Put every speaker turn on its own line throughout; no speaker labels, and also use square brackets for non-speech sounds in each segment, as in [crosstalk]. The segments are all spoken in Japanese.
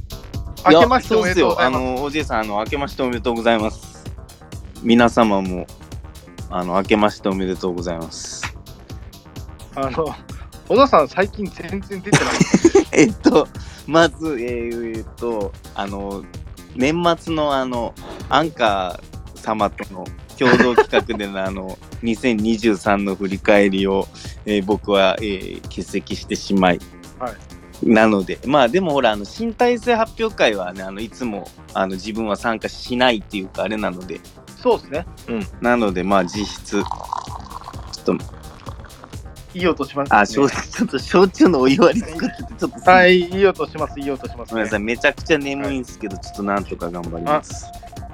い
明
や
けましておめでとうございます
そうですよ。あの、おじいさん、あの、明けましておめでとうございます。皆様も、あの、明けましておめでとうございます。
あの、小田さん、最近全然出てない。
[laughs] えっと、まず、えーえっと、あの、年末のあの、アンカー様との共同企画でのあ [laughs] の、2023の振り返りを、えー僕は、えー欠席してしまい。
はい
なので、まあでもほら、あの、新体制発表会はね、あの、いつも、あの、自分は参加しないっていうか、あれなので、
[laughs] そうですね。
うん。なので、まあ実質、
いい音します、ね。
あ、焼 [laughs] ちょっと焼酎のお湯割り作ってて、ちょっと、
は、い、いい音します、いい音します、
ごめんなさい、めちゃくちゃ眠いんですけど、ちょっとなんとか頑張ります。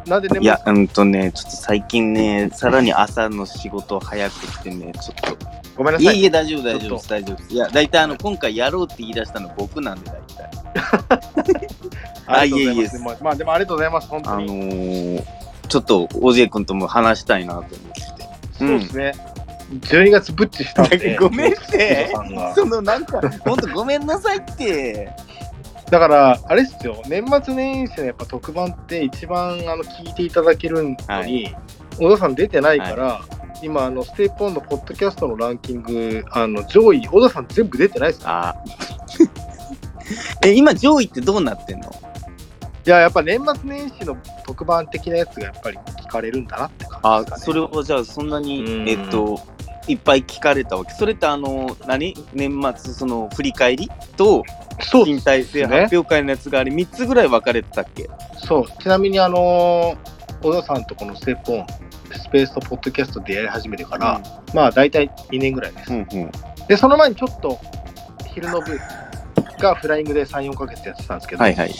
なんでね、
いや、うんとね、ちょっと最近ね、さらに朝の仕事早く来てね、ちょっと。
ごめんないさ
え
い。
いえ、大丈夫、大丈夫で
ちょっ
す、大丈夫です。いや、大体あの、今回やろうって言い出したの僕なんで、大体。
ありがとうござます
あいえいえ
まあまあ、でもありがとうございます、本
あ
当
の
に。
ー、ちょっと、おじえくんとも話したいなと思って。
そうですね。12月ぶっちしたんで。
[laughs] ごめんね
小田さんが
その、なんか、ほんとごめんなさいって。
だから、あれっすよ、年末年始のやっぱ特番って一番あの聞いていただけるのに、
はい
小田さん出てないから、今あの、ステイポンのポッドキャストのランキング、あの上位、小田さん全部出てないっすよ
あ [laughs] え、今、上位ってどうなってんの
いや、やっぱ年末年始の特番的なやつがやっぱり聞かれるんだなって感じ
あ
ですか、ね。
それをじゃあそんなに
うん
えっといっぱい聞かれたわけそれってあの何年末その振り返りと
そう
新体制発表会のやつがあり3つぐらい分かれてたっけ
そう、ちなみにあの小田さんとこのステップオン、スペースとポッドキャストでやり始めてから、まあ大体2年ぐらいです。
うんうん
で、その前にちょっと、昼の部がフライングで3、4ヶ月やってたんですけど、
はいはい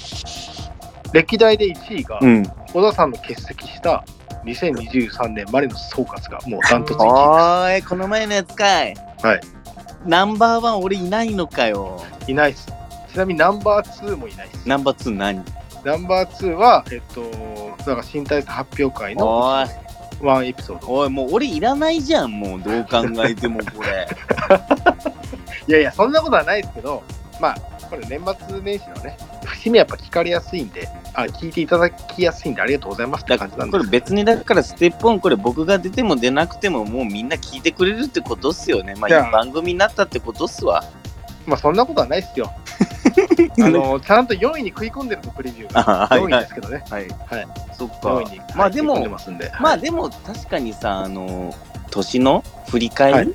歴代で1位が、
うん
小田さんの欠席した2023年までの総括がもうダントツ1位
おーいこの前のやつかい
はい
ナンバーワン俺いないのかよ
です。いないです。ちなみにナンバー2もいないです。
ナンバーツー何
ナンバー2は、えっと、だから新体制発表会の
おい
ワンエピソード。
おいもう俺いらないじゃんもうどう考えてもこれ
いやいや、そんなことはないですけど、まあ、これ年末年始のね、節目やっぱ聞かれやすいんで、あ、聞いていただきやすいんで、ありがとうございますって
だ
感じ
か
な
ら
ん
こ
で
れ
す。
別にだからステップオンこれ僕が出ても出なくてももうみんな聞いてくれるってことっすよねま
いや
あいい番組になったってことっすわ
まあ、そんなことはないです
[laughs]
よ。あの、ちゃんと4位に食い込んでると、プレビューが。
あ [laughs] はい
4位
は
で
い
すけどね、
はい、
はい
そっ
4
か
位に。
まあでも
はい食い込んでますんで。
ま
は
あ
い
でも確かにさあの年の振り返り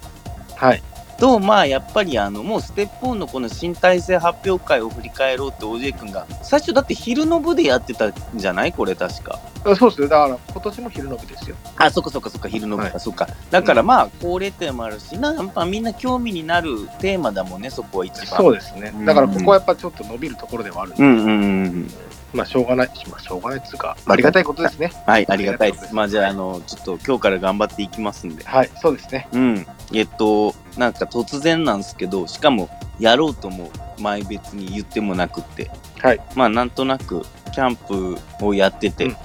はい。
と、まあやっぱりあのもうステップオンのこの新体制発表会を振り返ろうって OJ 君が最初だって昼の部でやってたんじゃないこれ確か
あそうですよ。だから、今年も昼の部ですよ。
あそっかそっかそっか昼の部か、
はい
そっかだからまあ恒例点もあるしなやっぱみんな興味になるテーマだもんねそこは一番
そうですね
う。ん
だから、ここはやっぱちょっと伸びるところではあるんで、
うんうんうんうん。
まあ、しょうがない、まあ、しょうがないっていうか、ありがたいことですね。
はい、ありがた
ありがとうござ
いで
います
す。まあじゃあ、あの、ちょっと今日から頑張っていきますんで。
はい、そうですね。
うん。えっと、なんか突然なんですけど、しかも、やろうとも前別に言ってもなくって。
はい。
まあなんとなく、キャンプをやってて、
うん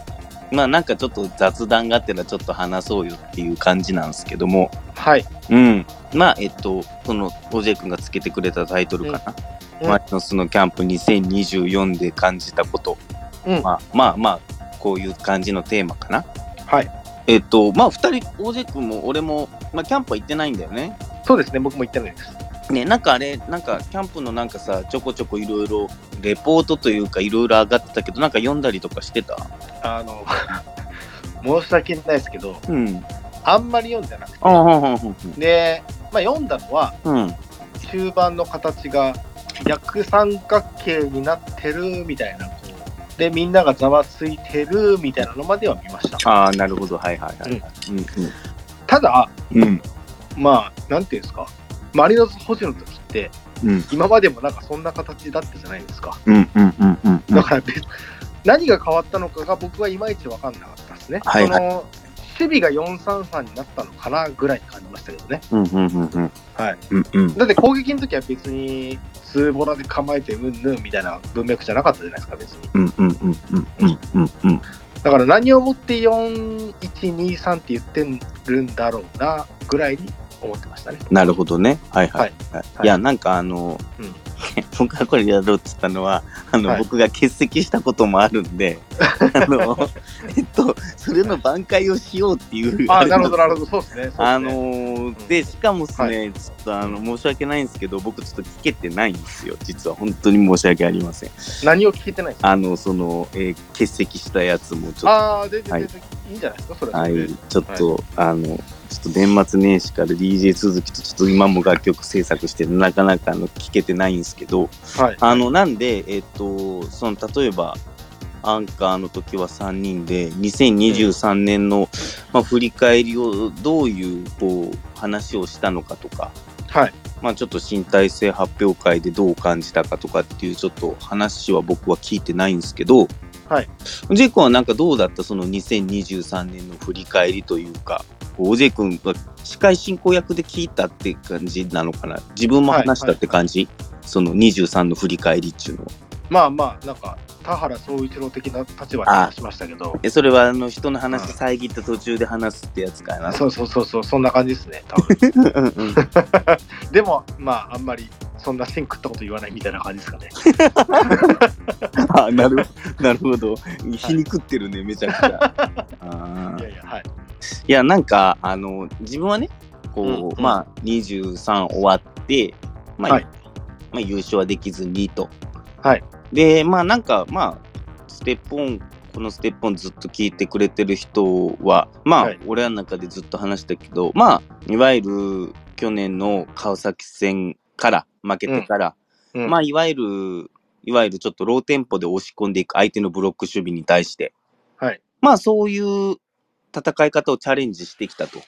まあなんかちょっと雑談がてらちょっと話そうよっていう感じなんですけども、
はい。
うん。まあ、えっと、その、オジェ君がつけてくれたタイトルかな。
うん
マリノスのキャンプ2024で感じたこと。
うん
まあまあまあ、こういう感じのテーマかな。
はい。
えっと、まあ、2人、オジェ君も俺も、まあ、キャンプは行ってないんだよね。
そうですね。僕も行ってないです。
ね、なんかあれ、なんか、キャンプのなんかさ、ちょこちょこいろいろ、レポートというか、いろいろ上がってたけど、なんか読んだりとかしてた
あの、 [laughs] 申し訳ないですけど、
うん。
あんまり読んでなく
あ
て。
あ、うん、うん、
で、まあ、読んだのは、
うん。うん。
中盤の形が逆三角形になってるみたいな、こうで、みんながざわついてるみたいなのまでは見ました。
ああ、なるほど、はいはいはい。う
ただ、
ん、うん。
まあ、なんていうんですか、マリノス保持の時って、
うん、
今までもなんかそんな形だったじゃないですか。
うん、うん、うん、うん。うん
だから別、何が変わったのかが僕はいまいち分かんなかったですね。
はいはい
その守備が433になったのかなぐらい感じましたけどね。
うんうんうんうん。
はい。
うんうん。
だって攻撃の時は別に、ツーボラで構えてうんぬんみたいな文脈じゃなかったじゃないですか、別に。
うんうんうんうんうんうんうん。
だから何をもって4123って言ってるんだろうなぐらいに思ってましたね。
なるほどね。はいはい。
はい
い、や、なんかあの、
うん
僕がこれやろうって言ったのは、あの、
はい
僕が欠席したこともあるん
[laughs]
で、あの、えっと、それの挽回をしようっていう。
ああ、なるほ [laughs] ど、なるほど、そうですね。そうですね
あのー
ん
で、しかもですね、
は
ちょっとあの、申し訳ないんですけど、僕ちょっと聞けてないんですよ。実は本当に申し訳ありません。
何を聞けてないですか
あの、その、えー欠席したやつもちょっ
ああ、全然、全然、いいんじゃないですか、それ
と、はい、ちょっと、あの、ちょっと年末年始から DJ 続きとちょっと今も楽曲制作してなかなかあの聞けてないんですけど、
はい。
あの、なんで、えっと、その、例えば、アンカーの時は3人で、2023年の、まあ、振り返りを、どういう、こう、話をしたのかとか、
はい。
まあ、ちょっと身体性発表会でどう感じたかとかっていう、ちょっと話は僕は聞いてないんですけど、
はい。
ジェイ君はなんかどうだったその2023年の振り返りというか、こうオジェイ君が司会進行役で聞いたって感じなのかな自分も話したって感じ、その23の振り返りっていうのは。
まあまあ、なんか、田原総一郎的な立場で話しましたけど、
え、それはあの人の話
うん
遮った途中で話すってやつかな。
そうそうそうそう、そんな感じですね、多分。 [laughs]
うんうん
でも、まあ、あんまり、そんな線食ったこと言わないみたいな感じですかね。
[laughs] あなるなるほど。皮肉ってるね、めちゃくち [laughs] ゃ。あー
いやいや、はい。
いや、なんか、あの、自分はね、こう、
うんうん
まあ、23終わって、まあ、
はい
まあ、優勝はできずにと。
はい。
で、まあ、なんか、まあ、ステップオン、このステップオンずっと聞いてくれてる人は、まあ、
はい
俺らの中でずっと話したけど、まあ、いわゆる去年の川崎戦から、負けてから、
うん
まあ、いわゆる、いわゆるちょっとローテンポで押し込んでいく相手のブロック守備に対して、
はい。
まあ、そういう戦い方をチャレンジしてきたと。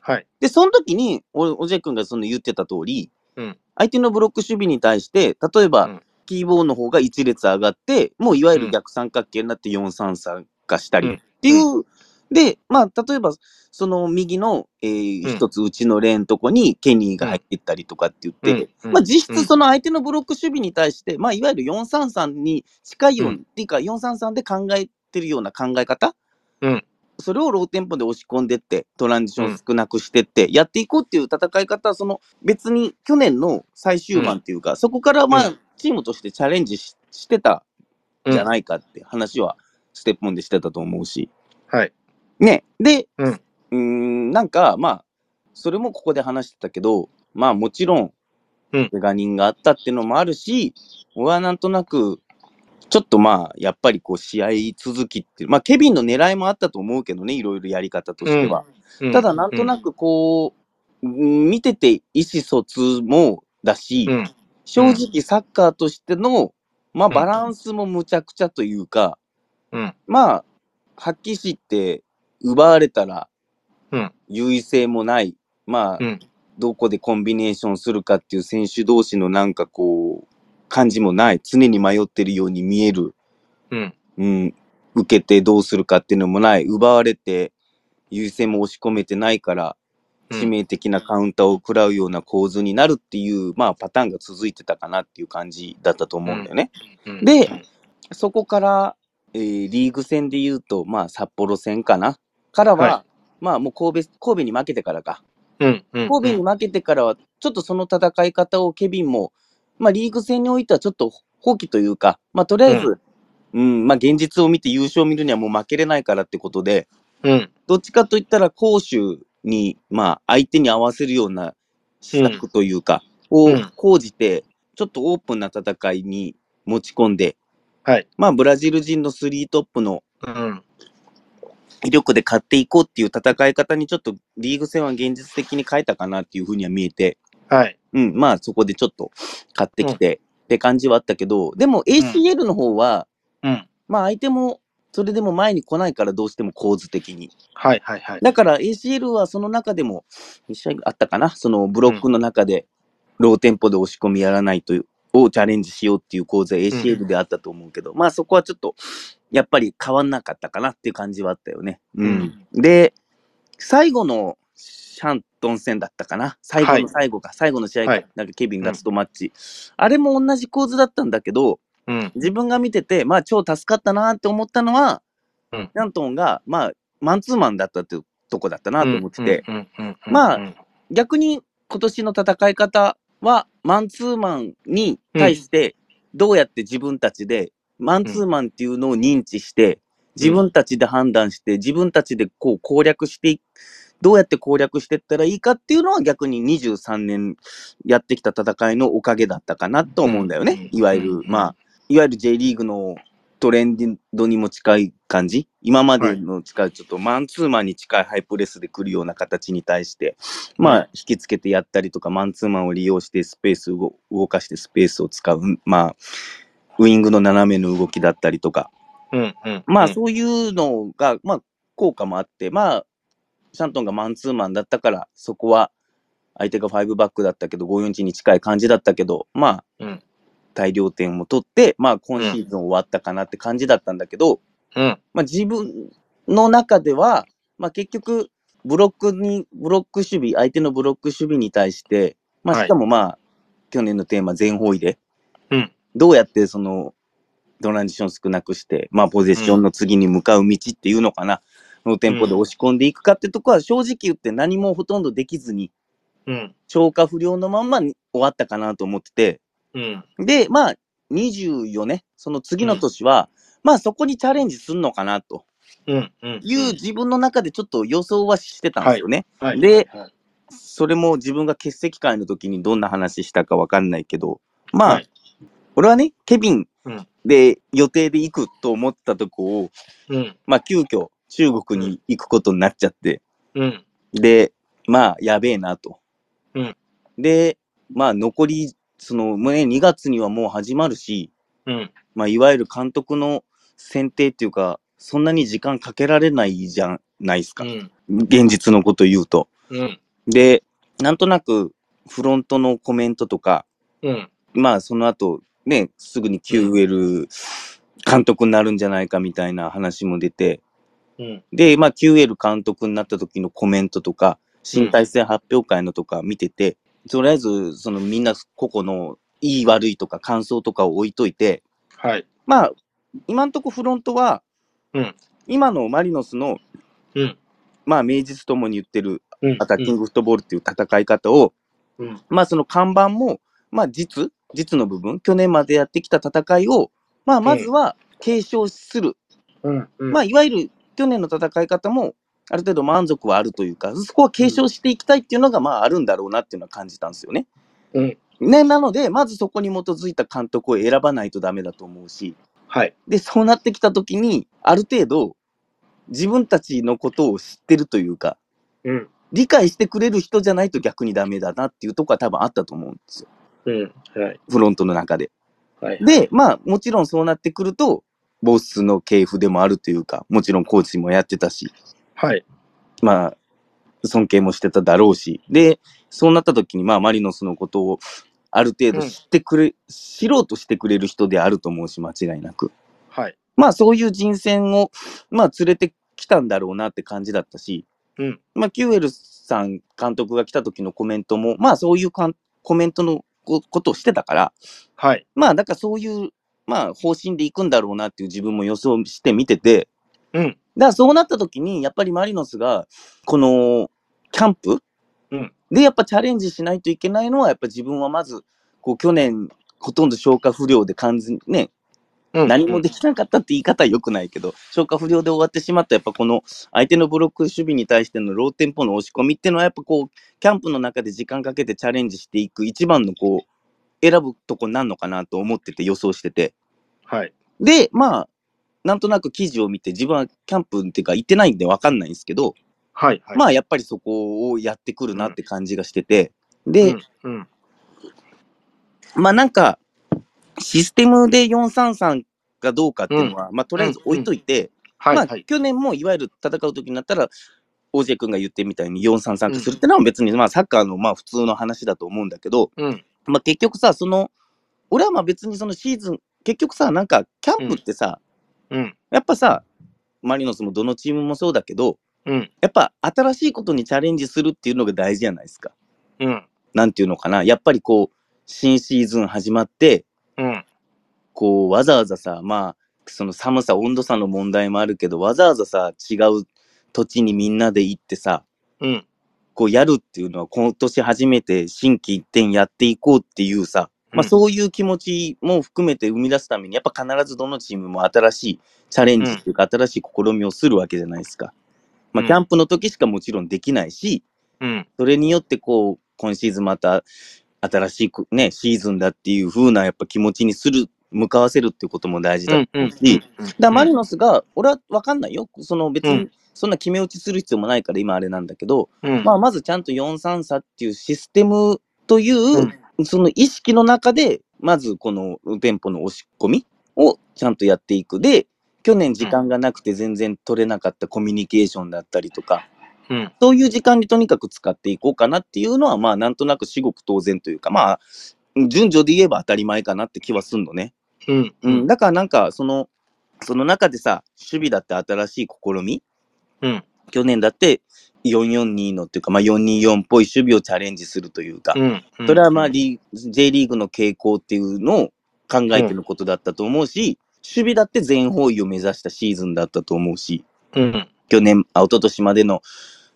はい。
で、その時に、お、おじゃくんがその言ってた通り、
うん
相手のブロック守備に対して、例えば、
うん
キーボーの方が一列上がって、もういわゆる逆三角形になって433化したり、
うん
っていう、で、まあ、例えば、その右の、えー
うん
一つうちのレーンとこにケニーが入っていったりとかって言って、
うん
まあ、実
う
質
ん
その相手のブロック守備に対して、まあ、いわゆる433に近いように、っていうか433で考えてるような考え方、
うん
それをローテンポで押し込んでってトランジション少なくしてって、やっていこうっていう戦い方はその別に去年の最終盤っていうか、そこからま
う
あチームとしてチャレンジししてたじゃ
い。
ないかって話はステップオンでしてたと思うし。
はい。
ね。で、
うん
うーんなんか、まあ、それもここで話してたけど、まあもちろん、
うん
怪我人があったっていうのもあるし、俺はなんとなく、ちょっとまあ、やっぱりこう、試合続きっていう、まあ、ケビンの狙いもあったと思うけどね、いろいろやり方としては。
うん
ただ、なんとな、くこう、うん見てて意思疎通もだし、
うん。
正直サッカーとしての、まあ、バランスもむちゃくちゃというか、
うん。
まあ、発揮士って奪われたら
うん、
優位性もない、まあ、
うん
どこでコンビネーションするかっていう選手同士のなんかこう、感じもない、常に迷ってるように見える、
うん。
うん、受けてどうするかっていうのもない、奪われて、優位性も押し込めてないから、
うん
致命的なカウンターを食らうような構図になるっていう、まあ、パターンが続いてたかなっていう感じだったと思うんだよね。
うん
で、そこから、えーリーグ戦で言うと、まあ、札幌戦かなからは、
は
まあ、もう神戸、神戸に負けてからか。
うん。うん
神戸に負けてからは、ちょっとその戦い方をケビンも、まあ、リーグ戦においてはちょっと放棄というか、まあ、とりあえず、うん、まあ、現実を見て優勝を見るにはもう負けれないからってことで、
うん。
どっちかといったら、攻守に、まあ、相手に合わせるような施策というか、
う
を
ん
講じて、ちょっとオープンな戦いに持ち込んで、
はい。
まあ、ブラジル人のスリートップの
うん。
威力で勝っていこうっていう戦い方にちょっとリーグ戦は現実的に変えたかなっていうふうには見えて、
はい。
うん、まあそこでちょっと勝ってきてって感じはあったけど、でも ACL の方は、
うん。
まあ相手もそれでも前に来ないからどうしても構図的に。
はいはいはい。
だから ACL はその中でも2試合あったかな、そのブロックの中でローテンポで押し込みやらないという、をチャレンジしようっていう構図は ACL であったと思うけど、まあそこはちょっとやっぱり変わんなかったかなっていう感じはあったよね。うん。で、最後のシャントン戦だったかな。最後の最後か、最後の試合か、
はい
なんかケビンラストマッチ。あれも同じ構図だったんだけど、
うん。
自分が見てて、まあ超助かったなって思ったのは、
うん
シャントンが、まあ、マンツーマンだったっていうとこだったなと思ってて、
うん。うん。うん
まあ、逆に今年の戦い方は、マンツーマンに対して、どうやって自分たちで、マンツーマンっていうのを認知して、自分たちで判断して、自分たちでこう攻略していどうやって攻略していったらいいかっていうのは逆に23年やってきた戦いのおかげだったかなと思うんだよね。
うん
いわゆる、
うん
まあ、いわゆる J リーグのトレンドにも近い感じ今までの近い、ちょっとマンツーマンに近いハイプレスで来るような形に対して、まあ、引きつけてやったりとか、マンツーマンを利用してスペースを動かしてスペースを使う、まあ、ウイングの斜めの動きだったりとか、
うんうん。
まあ、
うん
そういうのが、まあ、効果もあって、まあ、シャントンがマンツーマンだったから、そこは、相手が5バックだったけど、5、4 1に近い感じだったけど、まあ、
うん
大量点を取って、まあ、今シーズン終わったかなって感じだったんだけど、
うん。
まあ、自分の中では、まあ、結局、ブロックに、ブロック守備、相手のブロック守備に対して、まあ、
はい
しかもまあ、去年のテーマ、全方位で、
うん
どうやってその、トランジション少なくして、まあ、ポゼッションの次に向かう道っていうのかな、のテンポで押し込んでいくかってとこは、正直言って何もほとんどできずに、
うん。
消化不良のまんま終わったかなと思ってて、
うん。
で、まあ、24ね、その次の年は、まあそこにチャレンジするのかなと
うん。うん。
いう自分の中でちょっと予想はしてたんですよね。
はい
で、
はい
それも自分が欠席会の時にどんな話したかわかんないけど、まあ、
はい
俺はね、ケビン
うん
で予定で行くと思ったとこを、
うん。
まあ急遽中国に行くことになっちゃって、
うん。
で、まあ、やべえなと。
うん
で、まあ、残り、その、もうね、2月にはもう始まるし、
うん。
まあ、いわゆる監督の選定っていうか、そんなに時間かけられないじゃないですか。
うん。
現実のこと言うと。
うん。
で、なんとなく、フロントのコメントとか、
うん。
まあ、その後、ね、すぐに QL 監督になるんじゃないかみたいな話も出て、
うん。
で、まあ、QL 監督になった時のコメントとか、新体制発表会のとか見てて、とりあえず、そのみんな個々のいい悪いとか感想とかを置いといて、
はい。
まあ、今のとこフロントは、
うん
今のマリノスの、
うん。
まあ、名実ともに言ってる
うん。
アタッキングフットボールっていう戦い方を、
うん。
まあ、その看板も、まあ、実、実の部分、去年までやってきた戦いを、まあ、まずは継承する
うん。うん。
まあ、いわゆる去年の戦い方も、ある程度満足はあるというか、そこは継承していきたいっていうのが、まあ、あるんだろうなっていうのは感じたんですよね。
うん。
ね、なので、まずそこに基づいた監督を選ばないとダメだと思うし、
はい。
で、そうなってきた時に、ある程度、自分たちのことを知ってるというか、
うん。
理解してくれる人じゃないと逆にダメだなっていうとこは多分あったと思うんですよ。
うん。はい。
フロントの中で。
はい。
で、まあ、もちろんそうなってくると、ボスの系譜でもあるというか、もちろんコーチもやってたし、
はい。
まあ、尊敬もしてただろうし、で、そうなった時に、まあ、マリノスのことを、ある程度知ってくれ、知ろうとしてくれる人であると思うし、間違いなく。
はい。
まあ、そういう人選を、まあ、連れてきたんだろうなって感じだったし、
うん。
まあ、キュエルさん監督が来た時のコメントも、まあ、そういうかんコメントのこことをしてたから、
はい。
まあ、だからそういう、まあ、方針でいくんだろうなっていう自分も予想して見てて、
うん。
だからそうなった時に、やっぱりマリノスが、この、キャンプ、
うん
で、やっぱチャレンジしないといけないのは、やっぱ自分はまず、こう、去年、ほとんど消化不良で完全にね、
うん。
[laughs] 何もできなかったって言い方は良くないけど、消化不良で終わってしまった、やっぱこの相手のブロック守備に対してのローテンポの押し込みっていうのは、やっぱこう、キャンプの中で時間かけてチャレンジしていく一番のこう、選ぶとこなんのかなと思ってて予想してて。
はい。
で、まあ、なんとなく記事を見て、自分はキャンプっていうか行ってないんで分かんないんですけど、
はい。はい。
まあやっぱりそこをやってくるなって感じがしてて、で、
うん。
まあなんか、システムで433がどうかっていうのは、まあとりあえず置いといて、
はい。
ま
は
あ
い。
去年もいわゆる戦う時になったら、OJ 君が言ってみたいに433化するってのは別に、まあサッカーのまあ普通の話だと思うんだけど、
うん。
まあ結局さ、その、俺はまあ別にそのシーズン、結局さ、なんかキャンプってさ、
うん。
やっぱさ、マリノスもどのチームもそうだけど、
うん。
やっぱ新しいことにチャレンジするっていうのが大事じゃないですか。
うん。
なんていうのかな。やっぱりこう、新シーズン始まって、
うん。
こう、わざわざさ、まあ、その寒さ、温度差の問題もあるけど、わざわざさ、違う土地にみんなで行ってさ、
うん。
こうやるっていうのは今年初めて新規一点やっていこうっていうさ、
う
まあ
ん
そういう気持ちも含めて生み出すために、やっぱ必ずどのチームも新しいチャレンジっていうか、新しい試みをするわけじゃないですか。ま
う
あ
ん
キャンプの時しかもちろんできないし、
うん。
それによってこう、今シーズンまた新しいくね、シーズンだっていう風なやっぱ気持ちにする、向かわせるっていうことも大事だと思うし、だか
だ
らマリ
の、
ノスが、俺はわかんないよ。その別
う
に
ん、
そんな決め打ちする必要もないから今あれなんだけど、
うん
まあまずちゃんと433っていうシステムというう、
ん
その意識の中で、まずこの店舗の押し込みをちゃんとやっていく。で、去年時間がなくて全然取れなかったコミュニケーションだったりとか、
うん
そういう時間にとにかく使っていこうかなっていうのは、まあ、なんとなく至極当然というか、まあ、順序で言えば当たり前かなって気はすんのね。
うんう
うんん、だからなんか、その、その中でさ、守備だって新しい試み、
うん
去年だって442のっていうか、まあ、424っぽい守備をチャレンジするというか、
うん
それはまあリー、J リーグの傾向っていうのを考えてのことだったと思うし、守備だって全方位を目指したシーズンだったと思うし、
うん
去年、あ、一昨年までの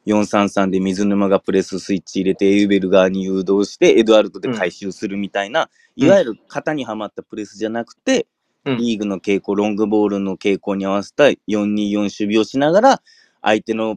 433で水沼がプレススイッチ入れて、エウベルガーに誘導して、エドワルドで回収するみたい
う
な、
ん
いわゆる型にはまったプレスじゃなくて、
うん
リーグの傾向、ロングボールの傾向に合わせた424守備をしながら、相手の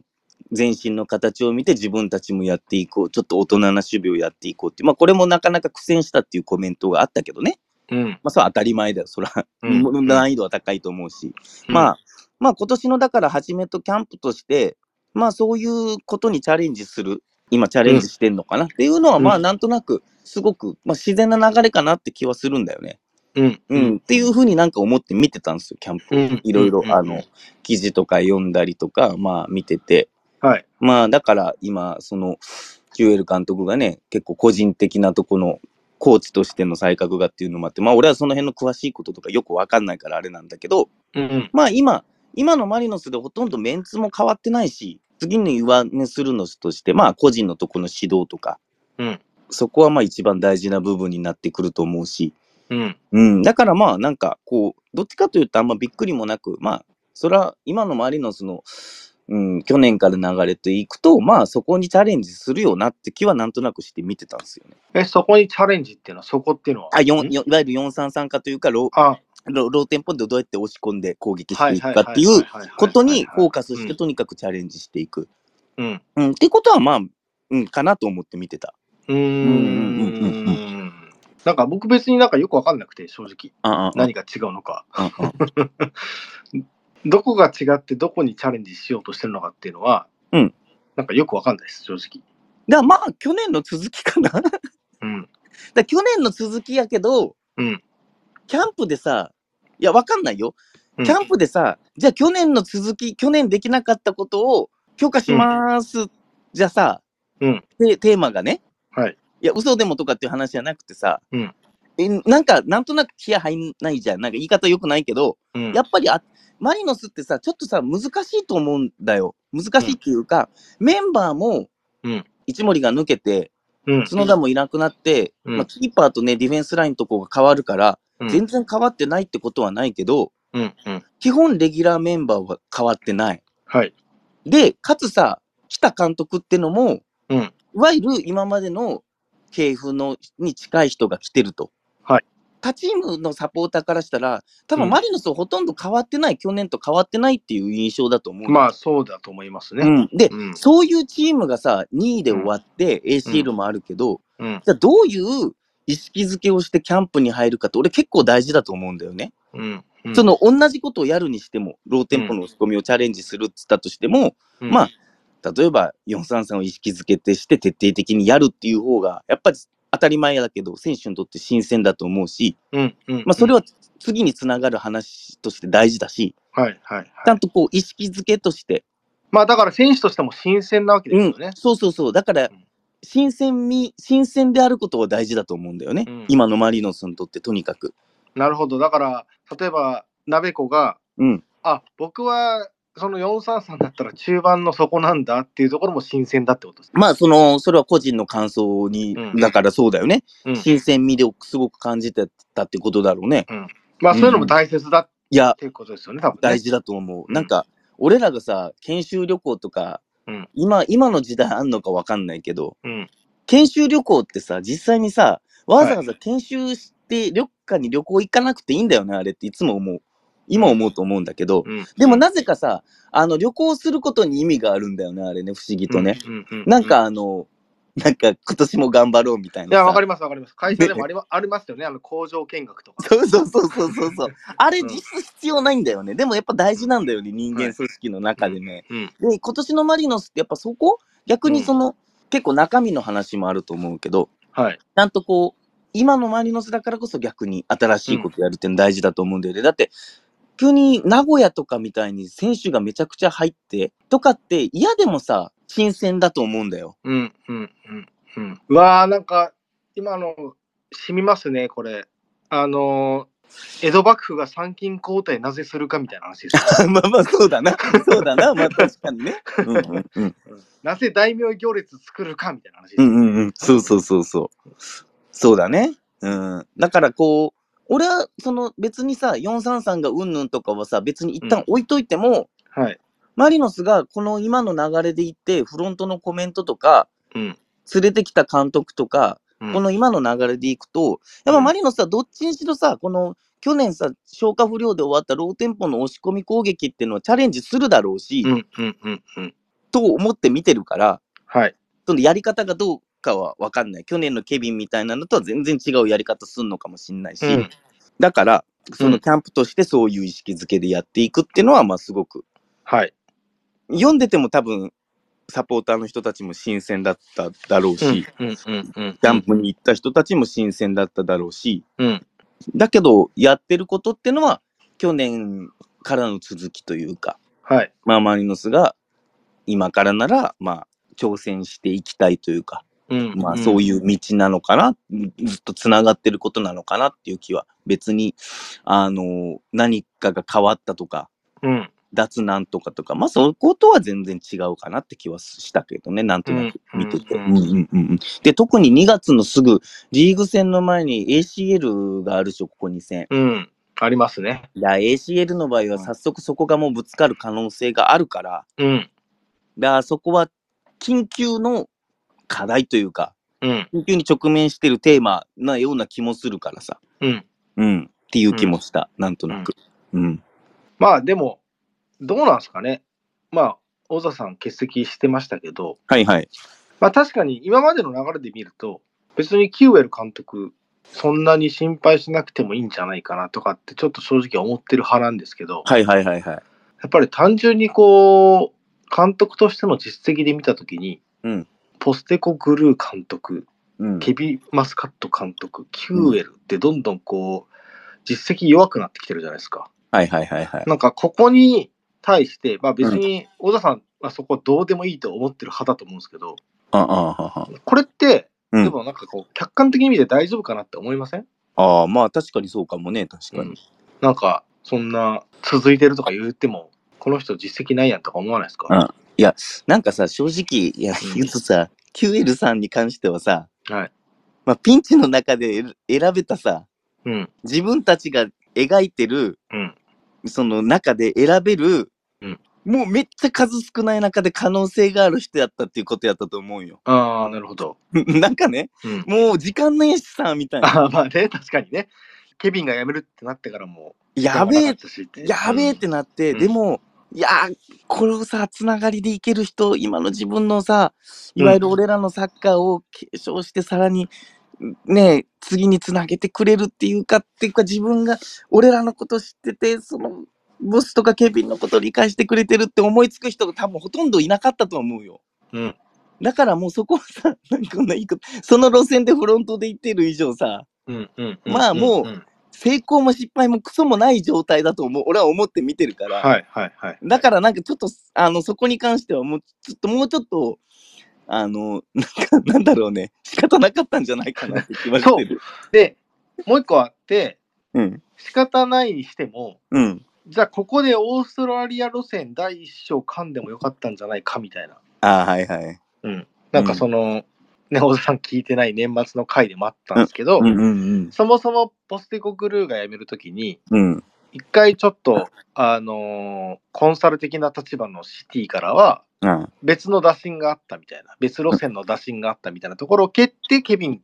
前進の形を見て自分たちもやっていこう。ちょっと大人な守備をやっていこうっていう。まあこれもなかなか苦戦したっていうコメントがあったけどね。
うん
まあそれは当たり前だよ。それは、
うん
難易度は高いと思うし。まあ、まあ今年のだから初めとキャンプとして、まあそういうことにチャレンジする、今チャレンジしてんのかなっていうのは、
うん
まあなんとなく、すごく、まあ、自然な流れかなって気はするんだよね。
うん
うん。っていうふうになんか思って見てたんですよ、キャンプ。
うん
いろいろ
う、ん
あの、記事とか読んだりとか、まあ見てて。
はい
まあだから今、その、ジュエル監督がね、結構個人的なとこの、コーチとしての才覚がっていうのもあって、まあ俺はその辺の詳しいこととかよくわかんないからあれなんだけど、
うん
まあ今、今のマリノスでほとんどメンツも変わってないし、次に上値するのとして、まあ個人のとこの指導とか、
うん
そこはまあ一番大事な部分になってくると思うし、
うん
うん、だからまあなんかこう、どっちかというとあんまびっくりもなく、まあ、それは今のマリノスの、うん、去年から流れていくと、まあそこにチャレンジするよなって気はなんとなくして見てたんですよね。
えそこにチャレンジっていうのはそこっていうのは
あ、よん
ん
よんいわゆる433化というかロー
あ
ロー、ローテンポでどうやって押し込んで攻撃し
は
て
い
い
はい
く
は
か
い
っていう
はいはいはい
ことにフォーカスして、
うん
とにかくチャレンジしていく。
うん
うん、ってことは、まあ、うん、かなと思って見てた。
うー。
うんうんうんうん
なんか僕別になんかよくわかんなくて正直
ああ、
何が違うのか
ああ
どこが違ってどこにチャレンジしようとしてるのかっていうのは、
うん
なんかよくわかんないです正直。
だまあ、去年の続きかな。 [laughs] だか
うん
ら去年の続きやけど、
うん
キャンプでさ、いや、わかんないよ。
う
キ
ん
ャンプでさ、じゃあ去年の続き、去年できなかったことを許可します。じゃあさ、
うん
テ、テーマがね、
はい。
いや、嘘でもとかっていう話じゃなくてさ、
うん
えなんか、なんとなく気合入んないじゃん。なんか言い方良くないけど、
うん
やっぱりあマリノスってさ、ちょっとさ、難しいと思うんだよ。難しいっていうか、メンバーも、
うん
一森が抜けて、
うん
角田もいなくなって、
うん
まあ、キーパーとね、ディフェンスラインのとこが変わるから、
うん
全然変わってないってことはないけど、
うんうん
基本レギュラーメンバーは変わってない。
はい
で、かつさ、北監督ってのも、
うん
いわゆる今までの系譜のに近い人が来てると。
はい。
他チームのサポーターからしたら、多
う
分
ん
マリノスほとんど変わってない、去年と変わってないっていう印象だと思う。
まあそうだと思います
う
ね。
ん、で、
うん
そういうチームがさ、2位で終わって、ACL もあるけど、
うん
じゃあどういう意識づけをしてキャンプに入るかって、俺結構大事だと思うんだよね。
うんうん
その同じことをやるにしても、ローテンポの仕込みをチャレンジするっつったとしても、
うん
まあ、例えば433を意識づけてして徹底的にやるっていう方が、やっぱり当たり前だけど、選手にとって新鮮だと思うし、
うんうん
まあ、それは次につながる話として大事だし、
はいはいはい
ちゃんとこう意識づけとして、
まあだから選手としても新鮮なわけです
う
よ
ん
ね。、
そうそうそう、だから
うん、
新鮮み、新鮮であることは大事だと思うんだよね。
うん
今のマリノスにとってとにかく。
なるほど。だから、例えば、鍋子が、
うん
あ、僕は、その433だったら中盤の底なんだっていうところも新鮮だってことです。
まあ、その、それは個人の感想に、
うん
だからそうだよね。
うん
新鮮味をすごく感じてたってことだろうね。
まあ、そういうのも大切だっ
いや、
ていうことですよね、多分、ね。
大事だと思
う
う。
ん
なんか、俺らがさ、研修旅行とか
うん
今、今の時代あんのかわかんないけど、
うん。
研修旅行ってさ、実際にさ、わざわざ研修して、旅館に旅行行かなくていいんだよね、あれっていつも思う。今思うと思うんだけど、
うん、
でもなぜかさ、あの、旅行することに意味があるんだよね、あれね、不思議とね。
うん。う
なん、かあの、なんか今年も頑張ろうみたい
い
なさ。
や、わかります、わかります。会社でもありまありますよね、あの工場見学とか。
そうそうそうそうそうそう。あれ
うん
実質必要ないんだよね。でもやっぱ大事なんだよね、人間組織の中でね。
うん。
で、今年のマリノスってやっぱそこ逆にその、結構中身の話もあると思うけど、
はい。
ちゃんとこう、今のマリノスだからこそ逆に新しいことやるっていうの大事だと思うんだよね。だって、急に名古屋とかみたいに選手がめちゃくちゃ入ってとかって嫌でもさ、新鮮だと思うんだよ。 [laughs]
うん、うん、うん、うん。うわー、なんか、今の、染みますね、これ。あのー、江戸幕府が参勤交代なぜするかみたいな話です。
まあまあ、そうだな。そうだな。まあ確かにね。うんうんうん。
うんなぜ大名行列作るかみたいな話です。
うんうんうん。そうそうそうそう。そうだね。うん。だからこう、俺はその別にさ、433がうんぬんとかはさ、別に一旦置いといても、
はい。
マリノスがこの今の流れでいって、フロントのコメントとか、
うん。
連れてきた監督とか、
うん
この今の流れでいくと、やっぱマリノスはどっちにしろさ、この去年さ、消化不良で終わったローテンポの押し込み攻撃っていうのをチャレンジするだろうし、
うん、うん、うん、うん。
と思って見てるから、
はい。
そのやり方がどうかは分かんない。去年のケビンみたいなのとは全然違うやり方すんのかもしんないし、
うん。
だから、そうの
ん
キャンプとしてそういう意識づけでやっていくっていうのは、まあすごく、
はい。
読んでても多分、サポーターの人たちも新鮮だっただろうし、キ
うん、うん、うん。
ャンプに行った人たちも新鮮だっただろうし、
うん。
だけど、やってることってのは、去年からの続きというか、
はい。
まあマリノスが、今からなら、まあ、挑戦していきたいというか、
うん
まあそういう道なのかな、ずっとつながってることなのかなっていう気は別にあの何かが変わったとか
うん。
脱難とかとかまあそことは全然違うかなって気はしたけどねなんとなく見てて。
うん
うんうんうんうんで特に2月のすぐリーグ戦の前に ACL があるでしょここ2戦。
うん。ありますね。
いや ACL の場合は早速そこがもうぶつかる可能性があるから
うん。
だからそこは緊急の課題というか
うん。
緊急に直面してるテーマなような気もするからさ。
うん。
うん。っていう気もした、なんとなく。うん。
まあでも、どうなんですかね。まあ、小田さん欠席してましたけど、
はいはい。
まあ確かに今までの流れで見ると、別にキウエル監督、そんなに心配しなくてもいいんじゃないかなとかってちょっと正直思ってる派なんですけど、
はいはいはいはい。
やっぱり単純にこう、監督としての実績で見たときに、
うん
ポステコ・グルー監督、
うん。
ケビ・マスカット監督、キューエルってどんどんこう、実績弱くなってきてるじゃないですか。
はいはいはいはい。
なんかここに対して、まあ別に小田さんはそこどうでもいいと思ってる派だと思うんですけど、
ああ、ああ、
これって、
うん
でもなんかこう、客観的に見て大丈夫かなって思いません、
ああ、まあ確かにそうかもね、確かに。
なんか、そんな続いてるとか言っても、この人実績ないやんとか思わないですか、
うんなんかさ、正直、いや
うん、
言うとさ、QL さんに関してはさ、
はい。
まあピンチの中で選べたさ、
うん。
自分たちが描いてる、
うん。
その中で選べる、
うん
もうめっちゃ数少ない中で可能性がある人やったっていうことやったと思うよ。 [laughs]
ああ、なるほど。
なんかね、
うん。
もう時間ないしさ、みたいな。
ああ、まあね、確かにね。ケビンが辞めるってなってからも、
やべえ、
え
やべえっ。てなって、
うん
でも、いやー、これをさ、つながりでいける人、今の自分のさ、
うん
いわゆる俺らのサッカーを継承して、さらに、ねえ、次につなげてくれるっていうか、っていうか、自分が俺らのこと知ってて、その、ボスとかケビンのことを理解してくれてるって思いつく人が多分ほとんどいなかったと思うよ。
うん。
だからもうそこはさ、なんかこんないいこと、その路線でフロントで行ってる以上さ、
うん。うん。うん
まあもうん成功も失敗もクソもない状態だと思う俺は思って見てるから、
はいはいはい。
だからなんかちょっとあのそこに関してはもうちょっともうちょっとあのなんかなんだろうね仕方なかったんじゃないかなって気はしてる。
で、もう一個あって、
うん
仕方ないにしても、
うん、
じゃあここでオーストラリア路線第一章噛んでもよかったんじゃないかみたいな。
ああはいはい。
うん。なんかその、ね、小田さん聞いてない年末の回でもあったんですけど、
うんうん
そもそもポステコグルーが辞めるときに、
うんうん
一回ちょっと、あのーコンサル的な立場のシティからは、
うん。
別の打診があったみたいな、別路線の打診があったみたいなところを蹴って、ケビン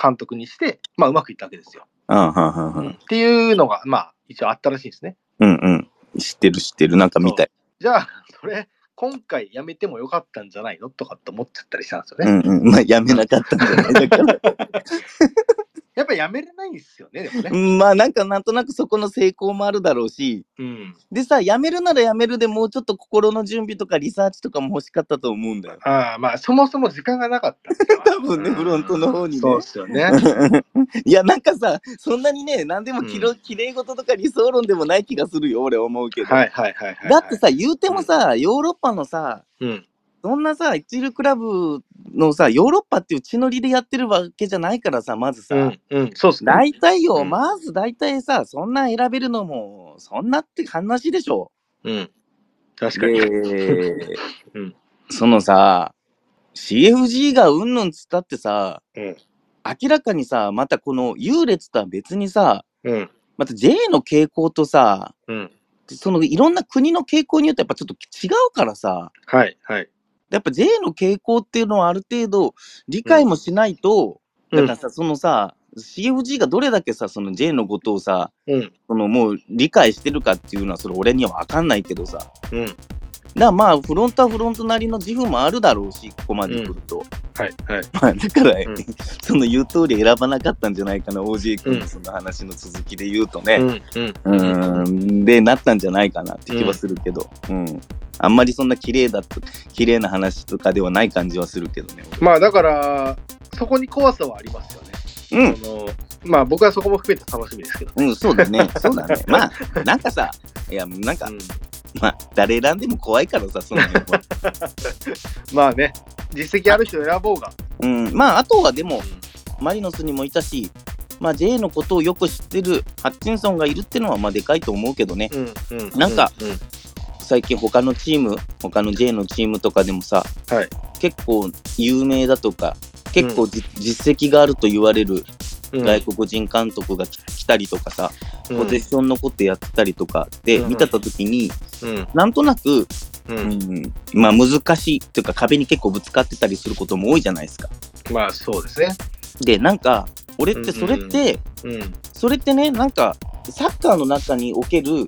監督にして、まあ、うまくいったわけですよ。
うん、うん、うん。
っていうのが、まあ、一応あったらしいんですね。
うん、うん。知ってる、知ってる。なんか見たい。
じゃあ、それ、今回やめてもよかったんじゃないのとかって思っちゃったりしたんですよ
う
ね。
ん、うん。まあ、やめなかったんじゃないだから。
やっぱやめれないんですよね、でも
う
ね。
んまあ、なんか、なんとなくそこの成功もあるだろうし。
うん。
でさ、やめるならやめるでもうちょっと心の準備とかリサーチとかも欲しかったと思うんだよ。 [laughs]
ああ、まあ、そもそも時間がなかったっていうのは。
多分ね、フロントの方にね。
そうですよね。
いや、なんかさ、そんなにね、何でもきろ、きれい事とか理想論でもない気がするよ、俺思うけど。
はいはいはいはい。
だって、さ、言うてもさ、ヨーロッパのさ、
うん。
そんなさ、一流クラブのさ、ヨーロッパっていう血のりでやってるわけじゃないからさ、まずさ、
うん、うん、そうですね。
大体よ、
うん
まず大体さ、そんなん選べるのも、そんなって話でしょ。
うん。確かに。
で
[laughs] うん
そのさ、CFG がうんぬんつったってさ、
うん
明らかにさ、またこの優劣とは別にさ、
うん。
また J の傾向とさ、
うん。
そのいろんな国の傾向によってやっぱちょっと違うからさ、
はいはい。
やっぱ J の傾向っていうのはある程度理解もしないと、
う
だ
ん
からさ、そのさ、CFG がどれだけさ、その J のことをさ、
うん。
そのもう理解してるかっていうのは、それ俺には分かんないけどさ、だか
うん。
らまあ、フロントはフロントなりの自負もあるだろうし、ここまで来ると。
はいはい。
まあ、だから、
うん
[laughs] その言う通り選ばなかったんじゃないかな、OJ 君のその話の続きで言うとね。
うん。うん。
うん、で、なったんじゃないかなって気はするけど、うん。あんまりそんな綺麗だと、綺麗な話とかではない感じはするけどね。
まあだから、そこに怖さはありますよね。
うん、
そのまあ僕はそこも含めて楽しみですけど。
うん、そうだね、そうだね。まあ、なんかさ、いや、なんか、
うん
まあ、誰選んでも怖いからさ、その辺は
まあね、実績ある人選ぼうが。
うん、まあ、あとはでも、マリノスにもいたし、まあ、J のことをよく知ってるハッチンソンがいるってのは、まあ、でかいと思うけどね。
うん。うん。う
なんか、
うん
最近他のチーム他の J のチームとかでもさ、
はい
結構有名だとか結構じ、実績があると言われる
うん
外国人監督がき来たりとかさ、
うん
ポゼッションのことやってたりとかで
うん
見てた時に、
うん。
なんとなく、
う。
うんんまあ難しいというか壁に結構ぶつかってたりすることも多いじゃないですか。
まあそうですね。
でなんか俺ってそれって、
うん。
それってねなんかサッカーの中における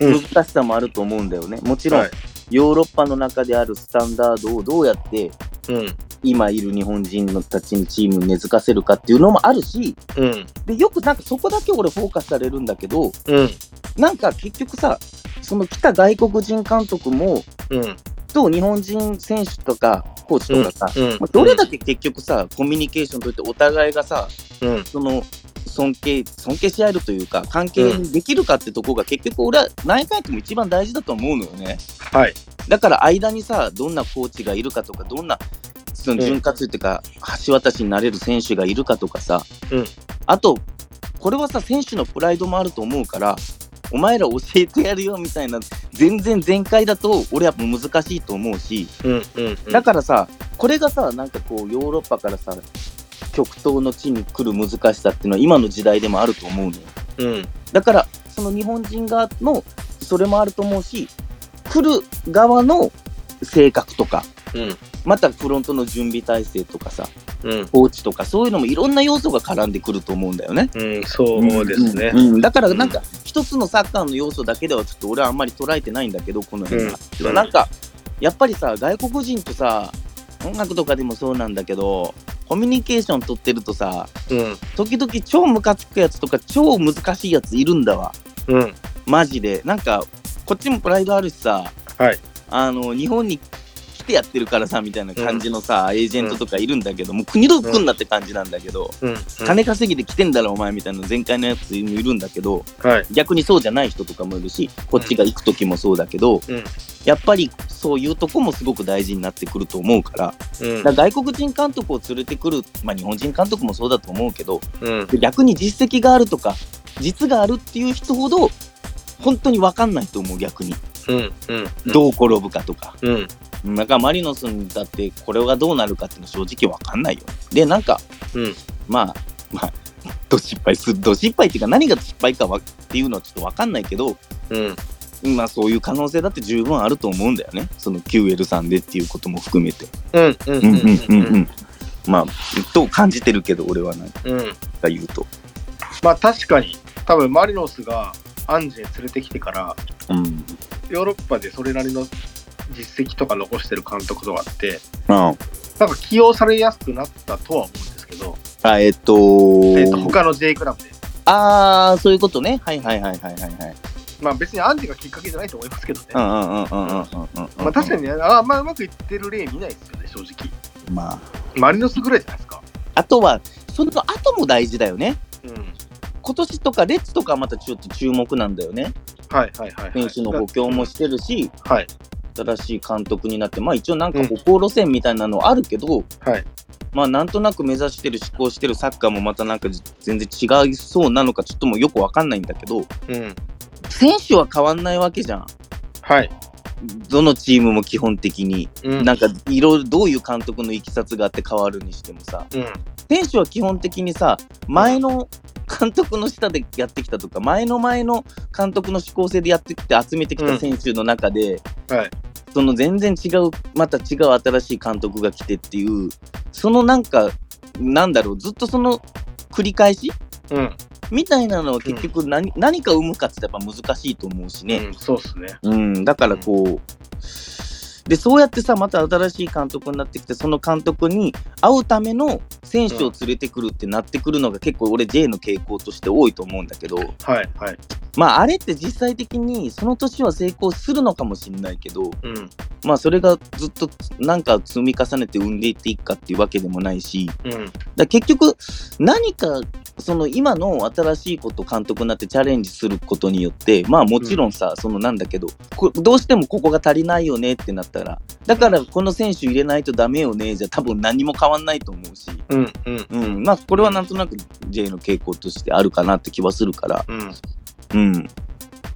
難しさもあると思うんだよね。もちろん、
はい
ヨーロッパの中であるスタンダードをどうやって
うん。
今いる日本人のたちにチームに根付かせるかっていうのもあるし
うん。
でよくなんかそこだけ俺フォーカスされるんだけど
うん。
なんか結局さその来た外国人監督も
うん。
と日本人選手とかコーチとかさ、
うん
まあどれだけ結局さコミュニケーションといってお互いがさ
うん。
その尊敬尊敬し合えるというか関係にできるかってとこが結局俺は何回っても一番大事だと思うのよね。
はい。
だから間にさ、どんなコーチがいるかとか、どんなその潤滑っていうか、橋渡しになれる選手がいるかとかさ、
うん
あと、これはさ、選手のプライドもあると思うから、お前ら教えてやるよみたいな、全然全開だと、俺はもう難しいと思うし、
うん。うん。
だからさ、これがさ、なんかこう、ヨーロッパからさ、極東の地に来る難しさっていうのは、今の時代でもあると思うのよ。
うん。
だから、その日本人側の、それもあると思うし、来る側の性格とか、
うん。
またフロントの準備体制とかさ、
うん。
コーチとか、そういうのもいろんな要素が絡んでくると思うんだよね。
うん。そうですね
う。んうんだから、なんか、一つのサッカーの要素だけでは、ちょっと俺はあんまり捉えてないんだけど、この辺は。
うん
なんか、やっぱりさ、外国人とさ、音楽とかでもそうなんだけど、コミュニケーション取ってるとさ、
うん。
時々超ムカつくやつとか、超難しいやついるんだわ。
うん。
マジで。なんか、こっちもプライドあるしさ、
はい
あの、日本に来てやってるからさ、みたいな感じのさ、エージェントとかいるんだけど、もう国どくんなって感じなんだけど、
うん。
金稼ぎで来てんだろ、お前みたいな全開のやつもいるんだけど、
はい。
逆にそうじゃない人とかもいるし、こっちが行く時もそうだけど、
うん
やっぱりそういうとこもすごく大事になってくると思うから、
うん。
だから外国人監督を連れてくる、まあ日本人監督もそうだと思うけど、
うん。
で逆に実績があるとか実があるっていう人ほど本当に分かんないと思う逆に
うん。うん。
どう転ぶかとか、
うん。
だからマリノスにだってこれがどうなるかっていうのは正直分かんないよでなんか
うん。
まあまあど失敗するど失敗っていうか何が失敗かわっていうのはちょっと分かんないけど
うん。
まあそういう可能性だって十分あると思うんだよねその QL さんでっていうことも含めて
うん。うん。
うんうん
う
うんんうんまあと感じてるけど俺は何か
うん。うん。
言うと
まあ確かに、多分マリノスがアンジェ連れてきてから、
うん
ヨーロッパでそれなりの実績とか残してる監督とかって、
あ
なんか起用されやすくなったとは思うんですけど、
あえっと
えっと他の J クラブで。
ああそういうことねはいはいはいはいはいはい
まあ別にアンジェがきっかけじゃないと思いますけどね。
うんうんうんうんうんうんうん
まあ確かにね、あまあうまくいってる例見ないですよね、正直。
まあ
マリノスぐらいじゃないですか。
あとはその後も大事だよね
うん。
今年とかレッツとかはまたちょっと注目なんだよね
はいはいはい、はい。
選手の補強もしてるし
はい。
新しい監督になってまあ一応なんか歩行路線みたいなのあるけど、
はい。
まあなんとなく目指してる思考してるサッカーもまたなんか全然違いそうなのかちょっともうよくわかんないんだけど
うん。
選手は変わんないわけじゃん
はい。
どのチームも基本的に、
うん
なんかいろいろどういう監督のいきさつがあって変わるにしてもさ
うん。
選手は基本的にさ前の監督の下でやってきたとか前の前の監督の指向性でやってきて集めてきた選手の中で、
はい。
その全然違うまた違う新しい監督が来てっていうそのなんかなんだろうずっとその繰り返し
うん。
みたいなのは結局何,、何か生むかって言ったらやっぱ難しいと思うしね。
うん、そうですね。
うん、だからこう、でそうやってさまた新しい監督になってきてその監督に会うための選手を連れてくるってなってくるのが結構俺 J の傾向として多いと思うんだけど
はい。はい。
まああれって実際的にその年は成功するのかもしれないけど
うん。
まあそれがずっとなんか積み重ねて生んでいっていくかっていうわけでもないしだか
うん。
ら結局何かその今の新しいこと監督になってチャレンジすることによってまあもちろんさ、そのなんだけどこどうしてもここが足りないよねってなったらだからこの選手入れないとダメよねじゃ多分何も変わんないと思うし、
うん。うん。
うん、まあこれはなんとなく J の傾向としてあるかなって気はするから、
うん。
うん、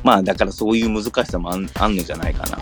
まあだからそういう難しさもあんあんのじゃないかな。